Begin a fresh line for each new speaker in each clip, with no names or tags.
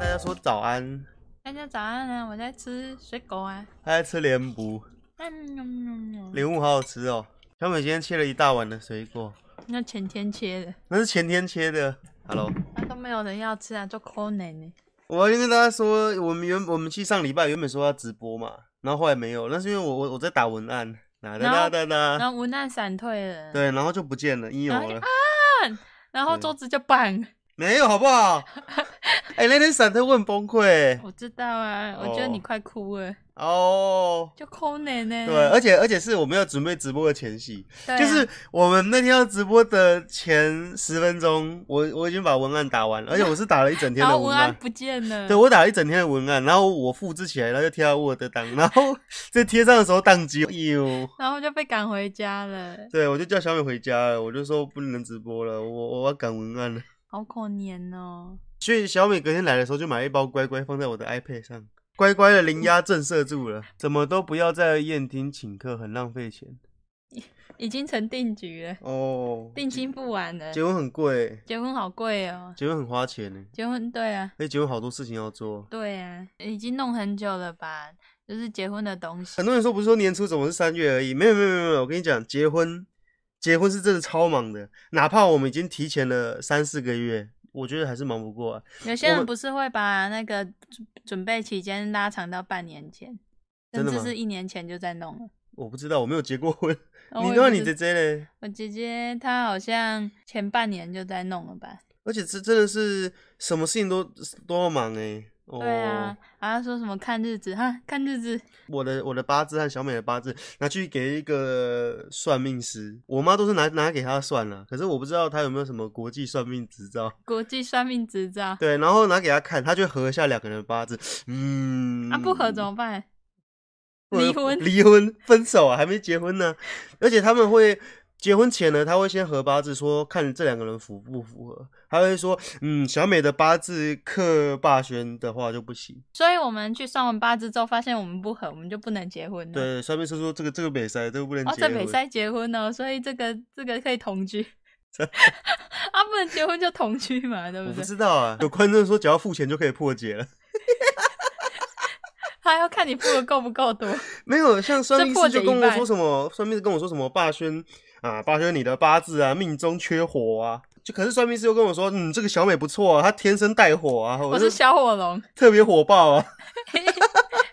家说早安，
大家早安啊！我在吃水果啊。
他在吃莲雾，
嗯嗯嗯嗯
莲雾好好吃哦。小美今天切了一大碗的水果，
那前天切的，
那是前天切的。Hello，
那都没有人要吃啊，做抠奶呢。
我要先跟大家说，我们原我们去上礼拜原本说要直播嘛，然后后来没有，那是因为我我我在打文案，哒哒哒哒
然
哒，
后无奈闪退了，
啊对，然后就不见了，应有
然后就
了，
然后桌子就棒。
没有好不 好？哎、那天闪退我很崩溃、
我知道啊，我觉得你快哭了，
哦。
就抠奶呢。
对，而且而且是我们要准备直播的前夕，
对啊
就是我们那天要直播的前十分钟，我我已经把文案打完了，而且我是打了一整天
然
的
后文
文
案
案。
不见了。
对，我打了一整天的文案，然后我复制起来，然后就贴到 Word 档，然后在贴上的时候宕机，哟，
然后就被赶回家了，
对我就叫小美回家了，我就说不能直播了，我我要赶文案了。
好可怜哦。
所以小美隔天来的时候就买了一包乖乖放在我的 iPad 上，乖乖的零压震慑住了，怎么都不要在宴厅请客，很浪费钱
已经成定局了，
哦。
定金不完了。
结婚很贵，
结婚好贵哦，
结婚很花钱呢，
结婚对啊。
而且结婚好多事情要做。
对啊，已经弄很久了吧？就是结婚的东西
很。多人说不是说年初总是三月而已，没有没有没有没有，我跟你讲，结婚结婚是真的超忙的，哪怕我们已经提前了三四个月，我觉得还是忙不过、啊。
有些
我
人
们
不是会把那个准准备期间拉长到半年前，
真
甚
的
至
吗
是一年前就在弄了。
我不知道，我没有结过婚。
然
你
后哦我
知道
就
你姐
是
姐嘞？
我姐姐她好像前半年就在弄了吧？
而且这真的是什么事情都都要忙哎、哦、
对啊，然后说什么看日子哈，看日子，
我的我的八字和小美的八字拿去给一个算命师，我妈都是拿拿给她算了、可是我不知道她有没有什么国际算命执照。
国际算命执照
对，然后拿给他看，他就合一下两个人的八字，嗯，
啊，不合怎么办？
不合
离婚
离婚、分手啊，还没结婚呢、而且他们会结婚前呢，他会先合八字，说看这两个人符不符合，他会说，嗯，小美的八字克霸轩的话就不行。
所以我们去算完八字之后，发现我们不合，我们就不能结婚了。，
对，算命师说这个这个北塞，这个不能
哦，
结
在
婚。
北塞结婚哦，所以这个这个可以 同居。啊，不能结婚就同居嘛，对
我
不
不
对？
知道啊，有观众说只要付钱就可以破解了，
他要看你付的够不够多。
没有像算
这
命
破
师就
解一
跟我
半
说什么，算命师跟我说什么霸轩啊，霸轩你的八字啊，命中缺火啊，就可是算命师又跟我说，嗯，这个小美不错啊，她天生带火啊，
我
我
是
就
小火龙，
特别火爆啊，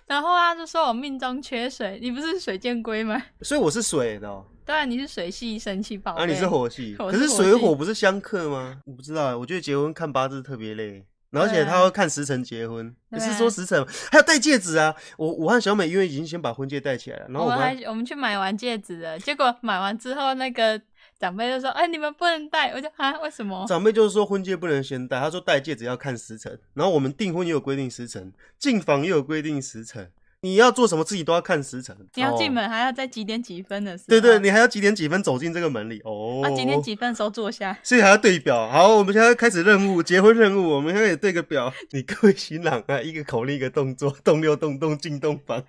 然后他就说我命中缺水，你不是水箭龟吗？
所以我是水的、哦，
当然你是水系神奇宝贝，
啊，你是火系，
我
可
是
是
火
水
系
火不是相克吗？我不知道啊，我觉得结婚看八字特别累。然后而
对
且
啊
他会看时辰结婚，也
对
是
啊
说时辰，还有戴戒指啊！我我和小美因为已经先把婚戒戴起来了，然后我
我们
们
还
还
我们去买完戒指了，结果买完之后那个长辈就说：“哎，你们不能戴。”我就啊，为什么？
长辈就是说婚戒不能先戴，他说戴戒指要看时辰，然后我们订婚也有规定时辰，进房也有规定时辰，你要做什么自己都要看时辰。
你要进
哦
门还要在几点几分的时候？
对对，你还要几点几分走进这个门里哦。
啊，几点？几分的时候坐下？
所以还要对表。好，我们现在开始任务，结婚任务，我们现在也对个表。你各位新郎啊，一个口令一个动作，动六动动进洞 房。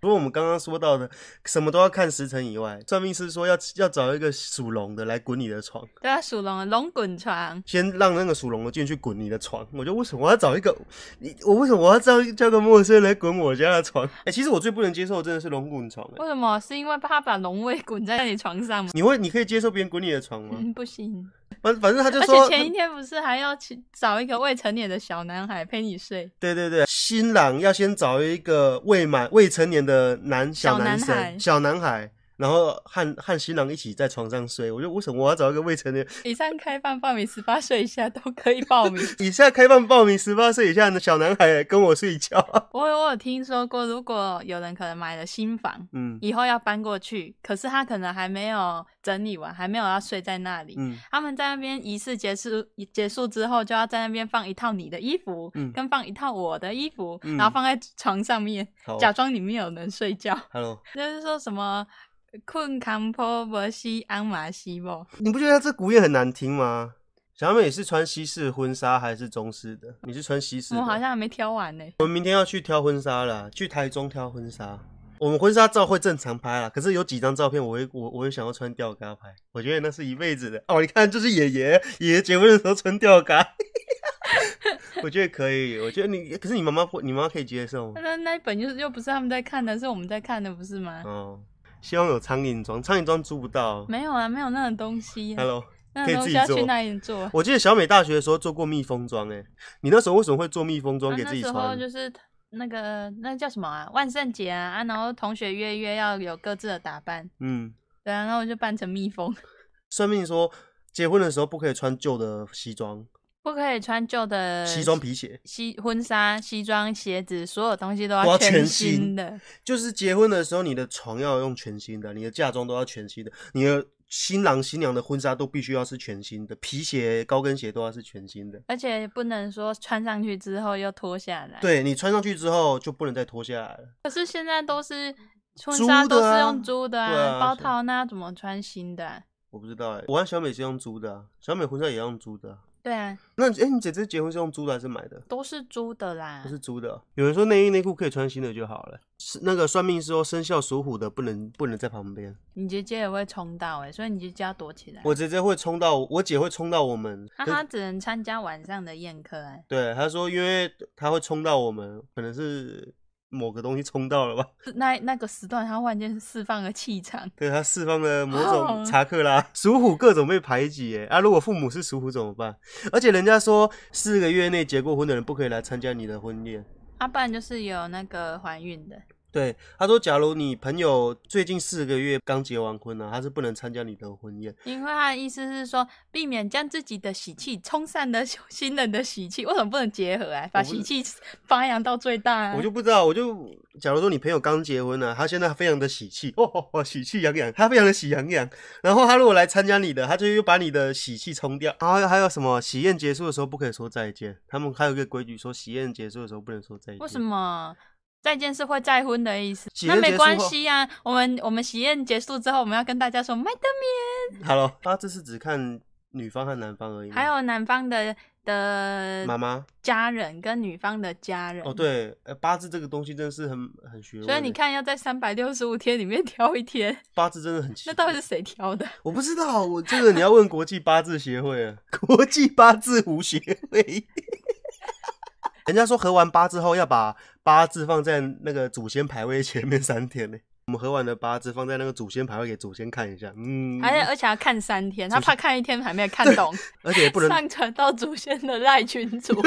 除了我们刚刚说到的，什么都要看时辰以外，算命师说要要找一个属龙的来滚你的床。
对啊，属龙的龙滚床，
先让那个属龙的进去滚你的床。我就为什么我要找一个你？我为什么我要叫叫个陌生人来滚我家的床？哎、其实我最不能接受的真的是龙滚床、欸。
为什么？是因为他把龙位 滚在你床 上吗？
你会你可以接受别人滚你的床吗？
嗯，不行。
反反正他就
而
说
且，前一天不是还要去找一个未成年的小男孩陪你睡？
对对对，新郎要先找一个未满未成年的男小
小
男
男
生
孩
小男孩。然后和和新郎一起在床上睡，我就为什么我要找一个未成年？
以上开放报名，十八岁以下都可以报名。
以下开放报名十八岁以下的小男孩跟我睡觉。
我有我有听说过，如果有人可能买了新房，
嗯
以后要搬过去，可是他可能还没有整理完，还没有要睡在那里。
嗯，
他们在那边仪式结束结束之后，就要在那边放一套你的衣服，
嗯
跟放一套我的衣服，
嗯哦
然后放在床上面，
好
假装里面有人睡觉。
，Hello。
就是说什么困康坡伯西安马西不？
你不觉得他这古乐很难听吗？小美是穿西式婚纱还是中式的？你是穿西式的？
我好像还没挑完呢、
我们明天要去挑婚纱啦，去台中挑婚纱。我们婚纱照会正常拍啦，可是有几张照片我会我我会想要穿吊嘎拍，我觉得那是一辈子的哦。你看，就是爷爷爷爷结婚的时候穿吊嘎， 我觉得可以，我觉得你，可是你妈妈会，你妈妈可以接受吗？
那那一本又又不是他们在看的，是我们在看的，不是吗？
哦，希望有苍蝇装，苍蝇装租不到。
嗯没有啊，没有那种东西、啊。
Hello，
那
可以
种
自己
东西要
做
去那里做。 啊
我记得小美大学的时候做过蜜蜂装，哎，你那时候为什么会做蜜蜂装
啊
给自己
那时候
穿？
就是那个那叫什么啊？万圣节啊啊！然后同学约一约要有各自的打扮，
嗯，
对啊，然后我就扮成蜜蜂，
算命说结婚的时候不可以穿旧的西装、
不可以穿旧的
西装、皮鞋，
西婚纱、西装、鞋子，所有东西都
都要
要
全新
新的。
就是结婚的时候你的床要用全新的，你的嫁妆都要全新的，你的新郎新娘的婚纱都必须要是全新的，皮鞋、高跟鞋都要是全新的。
而且不能说穿上去之后又脱下来。，
对你穿上去之后就不能再脱下来了。
可是现在都是婚
嗯租
纱
的
都
啊
是用租的
对啊
包
是
套那要怎么穿新的啊、
我不知道哎、我和小美是用租的、啊，小美婚纱也用租的啊、
对啊，
那哎、你姐姐结婚是用租的还是买的？
都是租的啦
不。是租的。哦有人说内衣内裤可以穿新的就好了。是那个算命说生肖属虎的不能不能在旁边。
你姐姐也会冲到哎、所以你姐姐要躲起来。
我姐姐会冲到，我姐会冲到我们。
那她只能参加晚上的宴客哎、
对，她说因为她会冲到我们，可能是某个东西冲到了吧？
那那个时段她忽然间释放了气场，
对，她释放了某种
哦
查克拉。属虎各种被排挤耶啊！如果父母是属虎怎么办？而且人家说四个月内结过婚的人不可以来参加你的婚宴。
啊，不然就是有那个怀孕的，
对，他说，假如你朋友最近四个月刚结完婚呢、啊他是不能参加你的婚宴。
因为她的意思是说，避免将自己的喜气冲散的 新人的喜气，为什么不能结合哎、把
我不
喜气发扬到最大、啊？
我就不知道，我就假如说你朋友刚结婚呢、他现在非常的喜气，哦哦哦，喜气洋洋，他非常的喜洋洋。然后他如果来参加你的，他就又把你的喜气冲掉。然后还有什么喜宴结束的时候不可以说再见，他们还有一个规矩说喜宴结束的时候不能说再见。
为什？么？再见是会再婚的意思，
喜
那
宴结
没
束
关
后
系啊。我们我们喜宴结束之后，我们要跟大家说麦德
好了，他这是只看女方和男方而已
米，
吗。
还有男方的的
嗯妈妈
家人跟女方的家人
哦，，对，呃八字这个东西真的是很很学问欸。
所以你看要在三百六十五天里面挑一天，
八字真的很奇
那
怪。
到底是谁挑的？
我不知道，我这个你要问国际八字协会啊，国际八字胡协会。人家说合完八字后要把八字放在那个祖先牌位前面三天呢、我们合完的八字放在那个祖先牌位给祖先看一下，嗯，
而且而且要看三天，他
祖
怕看一天 还没有看懂，
而且也不能
上传到祖先的赖群 组。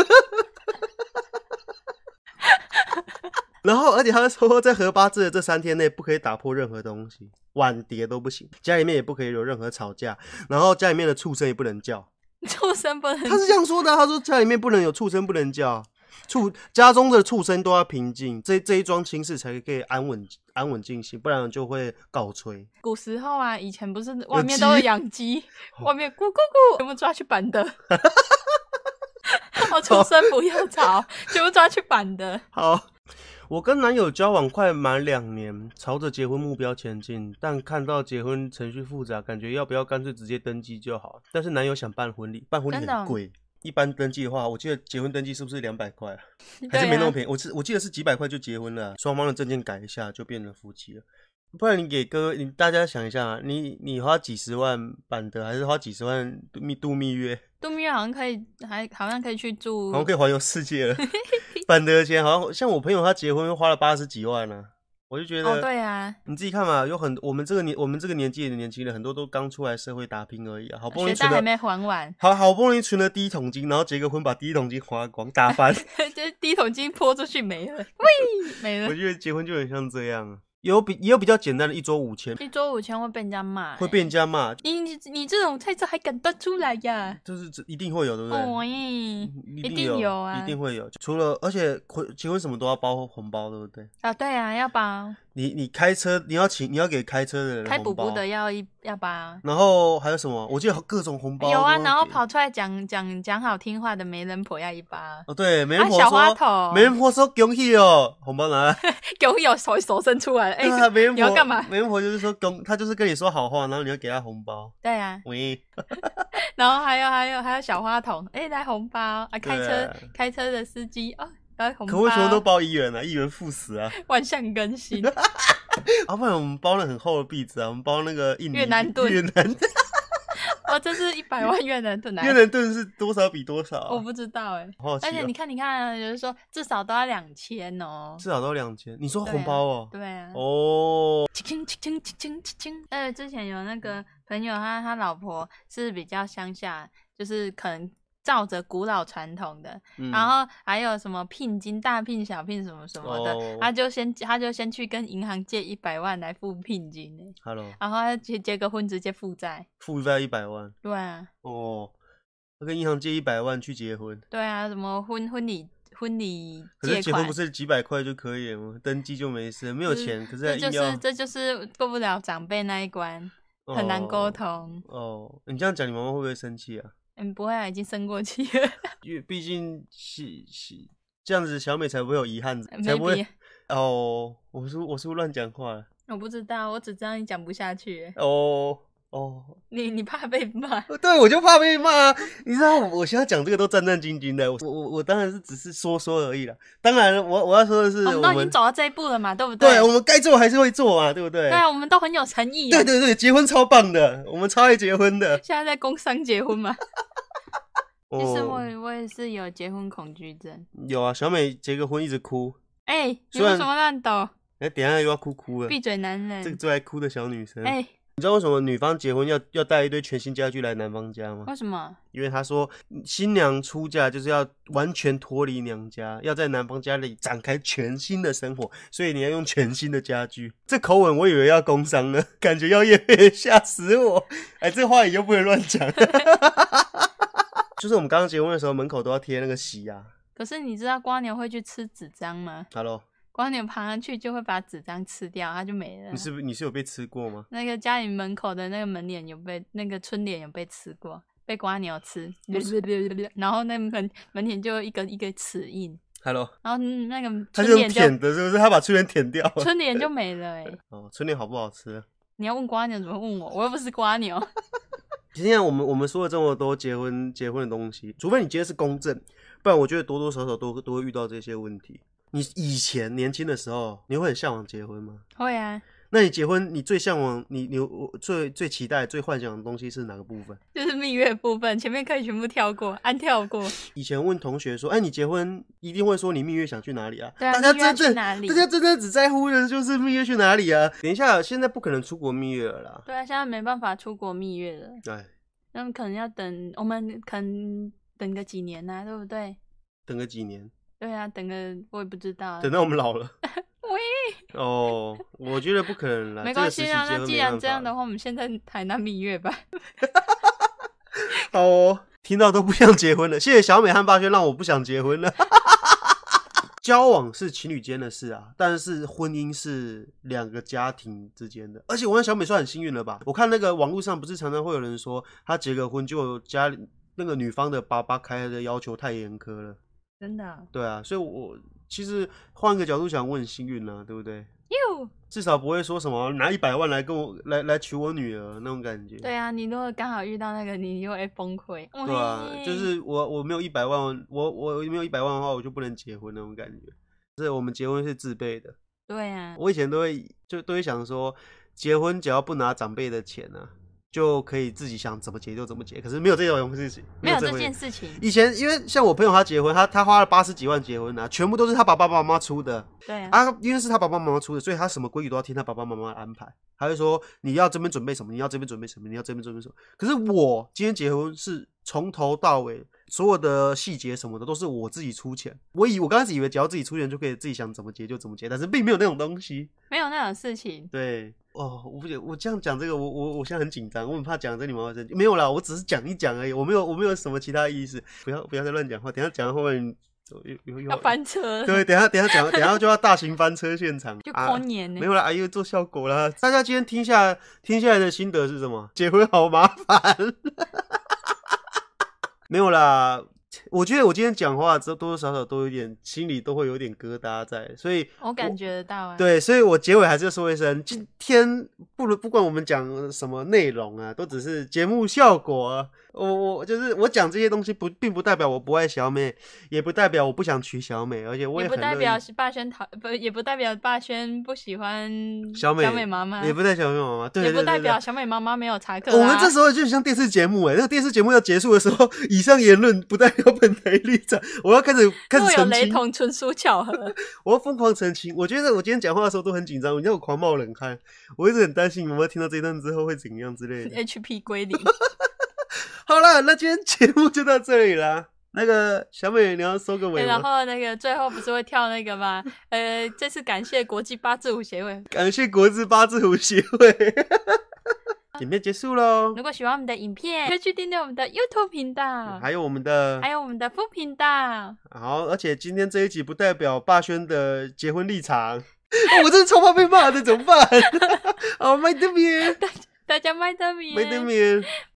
然后，而且他说，在合八字的这三天内，不可以打破任何东西，碗碟都不行，家里面也不可以有任何吵架，然后家里面的畜生也不能叫。
畜生 不
他
能
是这样说的啊，他说家里面不能有畜生，不能叫畜，家中的畜生都要平静，这这一桩亲事才可以安稳安稳进行，不然就会告吹。
古时候啊，以前不是外面都有
鸡哦
养鸡，外面咕咕咕，全部抓去板 的。我出生不要吵，全部抓去板
哦
的。
好，我跟男友交往快满两年，朝着结婚目标前进，但看到结婚程序复杂，感觉要不要干脆直接登记就好。但是男友想办婚礼，办婚礼
真的
很
哦
贵。一般登记的话，我记得结婚登记是不是两百块啊？还
对
是没那么
啊，
便宜？我是我记得是几百块就结婚了啊，双方的证件改一下就变成夫妻了。不然你给各位，你大家想一下啊，你你花几十万办的，还是花几十万度蜜度蜜月，
度蜜月好像可以，还好像可以去住哦
好像可以环游世界 了。办的钱好像像我朋友他结婚花了八十几万呢、我就觉得
哦，对啊，
你自己看嘛，有很我们这个年我们这个年纪的年轻人，很多都刚出来社会打拼而已啊，好不容易
学
存
贷还没
了，
还完，
好好不容易存了第一桶金，然后结个婚把第一桶金花光，打翻。
就是第一桶金泼出去没了，喂，没
我
了。
觉得结婚就很像这样啊，有比也有比较简单的一桌五千，
一桌五千会被人家骂、
会被人家骂，
欸你你你这种菜色还敢端出来呀？
就是这一定会有，对不对？
哦耶！
一
一
定
定有啊
一定会有。除了而且婚结婚什么都要包红包，对不对？
啊，对啊，要把
你你开车，你要请你要给开车的人
开补
红包
补的要一要把
然后还有什么？我记得各种红包
有啊，
都要
然后
给
跑出来讲讲讲好听话的媒人婆要一巴，
哦，对，媒人
啊
婆
小
说，
花筒
媒人婆说恭喜哦，红包拿来。
给我有手手伸出来了，哎、
对啊， 媒人
你
婆
要干嘛
媒人婆就是说恭，他就是跟你说好话，然后你要给他红包。
对啊，
喂，
然后还有还有还有小花筒，哎、来红包啊，开车
对
开车的司机哦，来红包，
可为什么都包一元啊？一元赴死啊！
万象更新，
啊，不然我们包了很厚的币子啊，我们包那个印尼
越南盾
越南
哦，这是一百万越 南盾来
越，南盾是多少比多少啊、
我不知道哎、
好好奇、
而且
哦
你，看，你看，有人说至少都要两千哦。
至少都两千。你说
对啊
红包哦？
对啊，
哦，
轻轻轻轻轻轻轻。呃，之前有那个朋友他，他老婆是比较乡下，就是可能照着古老传统的，
嗯
然后还有什么聘金、大聘、小聘什么什么的，
哦
他就先他就先去跟银行借一百万来付聘金呢，欸
，Hello，
然后他结结个婚直接负债。
负债一百万
对啊，
哦，他跟银行借一百万去结婚，
对啊，什么婚婚礼婚礼
可
借
是结婚
款
不。是几百块就可以了吗？登记就没事，没有
就是
钱，可是还
这就
硬要
是这就是过不了长辈那一关，很难沟通。
哦。哦，你这样讲，你妈妈会不会生气啊？
嗯，不会啊，已经生过气了，
因为毕竟是是这样子，小美才不会有遗憾，才不
Maybe
会哦。我是我是不是乱讲话了？
我不知道，我只知道你讲不下去，
哦哦，
你你怕被骂。
对，我就怕被骂、啊。你知道，我现在讲这个都战战兢兢的。我我我当然是只是说说而已啦。当然了，我我要说的 是，
我
我
们都哦已
们、
经走到这一步了嘛，对不
对我们该做还是会做啊，对不对？
对啊，我们都很有诚意啊。
对对对，结婚超棒的，我们超爱结婚的。
现在在工商结婚 嘛。
哦
其实我我也是有结婚恐惧症。
有啊，小美结个婚一直哭，
哎、你
虽然
为什么乱 抖？
哎，等一下又要哭哭了。
闭嘴，男
这个
人！
最爱哭的小女生。
哎、
你知道为什么女方结婚要要带一堆全新家具来男方家吗？
为什么？
因为她说新娘出嫁就是要完全脱离娘家，要在男方家里展开全新的生活，所以你要用全新的家具。这口吻我以为要工伤呢，感觉要夜配，吓死我！哎，这话也就不能乱讲。 就是我们刚刚结婚的时候，门口都要贴那个喜呀、
可是你知道瓜牛会去吃纸张吗？
哈 Hello，
瓜牛爬上去就会把纸张吃掉，它就没了
你。是不是你是有被吃过吗？
那个家里门口的那个门脸有被那个春联有被吃过，被瓜牛吃， 然后那门门脸就一个一个齿印，
Hello，
然后嗯那个
他
春
是用
联就
舔的，是不是？他把春联舔掉了。
春联就没了哎、
哦，春联好不好吃？
你要问瓜牛怎么问我？我又不是 瓜牛。
现在我们我们说了这么多结婚结婚的东西，除非你今天是公证，不然我觉得多多少少都都会遇到这些问题。你以前年轻的时候，你会很向往结婚吗？
会啊，
那你结婚，你最向往，你你我最最期待、最幻想的东西是哪个部分？
就是蜜月部分，前面可以全部跳过，按跳 过。
以前问同学说，哎，你结婚一定会说你蜜月想去哪里啊？
对啊
大家
蜜月要
真
去哪
正
里
大家真正只在乎的就是蜜月去哪里啊？等一下，现在不可能出国蜜月了啦。
对啊，现在没办法出国蜜月了，
哎，
那么可能要等我们可能等个几年呐、对不对？
等个几年，
对啊，等个我也不知道啊。
等到我们老了。
喂，
哦，我觉得不可能啦。
没
这个
关
时
系
期
啊，
结
那
婚
既
没
然
办
这样
法
的话，我们现在台南蜜月吧。
好哦，听到都不想结婚了。谢谢小美和霸轩，让我不想结婚了。 交往是情侣间的事啊，但是婚姻是两个家庭之间的。而且我和小美算很幸运了吧？我看那个网络上不是常常会有人说，她结个婚就家里那个女方的爸爸开的要求太严苛了。
真的啊、
对啊，所以我其实换个角度想，我很幸运啊，对不对？
哟，
至少不会说什么拿一百万来跟我来来娶我女儿那种感觉。
对啊，你如果刚好遇到那个，你又会崩溃。
对啊，
喂
就是我我没有一百万，我我没有一百万的话，我就不能结婚那种感觉。是我们结婚是自备的，
对啊，
我以前都会就都会想说，结婚只要不拿长辈的钱啊，就可以自己想怎么结就怎么结。可是没有这种事情，
没有这
回
件。事情。
以前因为像我朋友他结婚，他他花了八十几万结婚啊，全部都是他爸爸妈妈出的
对啊，
啊，因为是他爸爸妈妈出的，所以他什么规矩都要听他爸爸妈妈的安排。他就说你要这边准备什么，你要这边准备什么，你要这边准备什么。可是我今天结婚是从头到尾所有的细节什么的都是我自己出钱。我以我刚开始以为只要自己出钱就可以自己想怎么结就怎么结，但是并没有那种东西。
没有那种事情。
对，哦，我不觉我这样讲这个，我我我现在很紧张，我很怕讲这你妈妈生气。没有啦，我只是讲一讲而已，我没有我没有什么其他意思。不要不要再乱讲话，等一下讲到后面有有有
要翻车 了，
对，等一下等一下 讲，等一下就要大型翻车现场。
就
啊
过年呢、
没有啦，阿姨做效果啦。大家今天听下听下来的心 得是什么？结婚好麻烦。没有啦，我觉得我今天讲话之后，多多少少都有点心里都会有点疙瘩在，所以
我感觉得到啊。，
对，所以我结尾还是要说一声，今天不如不管我们讲什么内容啊，都只是节目效果、啊。我我就是我讲这些东西不，并不代表我不爱小美，也不代表我不想娶小美，而且我
也不
很
代
乐
表
意。
是霸轩讨不，也不代表霸轩不喜欢
小美
小美妈妈，
也不代表小美妈妈，啊对
啊也
对
不
对
代
对
表小美妈妈没有查克拉。
我们这时候就很像电视节目哎、那个电视节目要结束的时候，以上言论不代表本台立场， 我要开始开始
若有
澄
雷
清，
同，纯属巧合。
我要疯狂澄清。我觉得我今天讲话的时候都很紧张，你让我狂冒冷汗，我一直很担心我要听到这一段之后会怎样之类 的。
HP 归零，
好了，那今天节目就到这里啦。那个小美，你要收个
对
尾
然
吗？
后那个最后不是会跳那个吗？呃，这次感谢国际八字舞协会。
感谢国字八字胡协会，
啊
影片结束喽
如。果喜欢我们的影片，可以去订阅我们的 YouTube 频道，
还有我们的
还，有我们的副频道。
好，而且今天这一集不代表霸轩的结婚立场。 哦我真的超怕 被骂的，怎么办？哦，麦德棉，
大家麦德米，
麦德棉，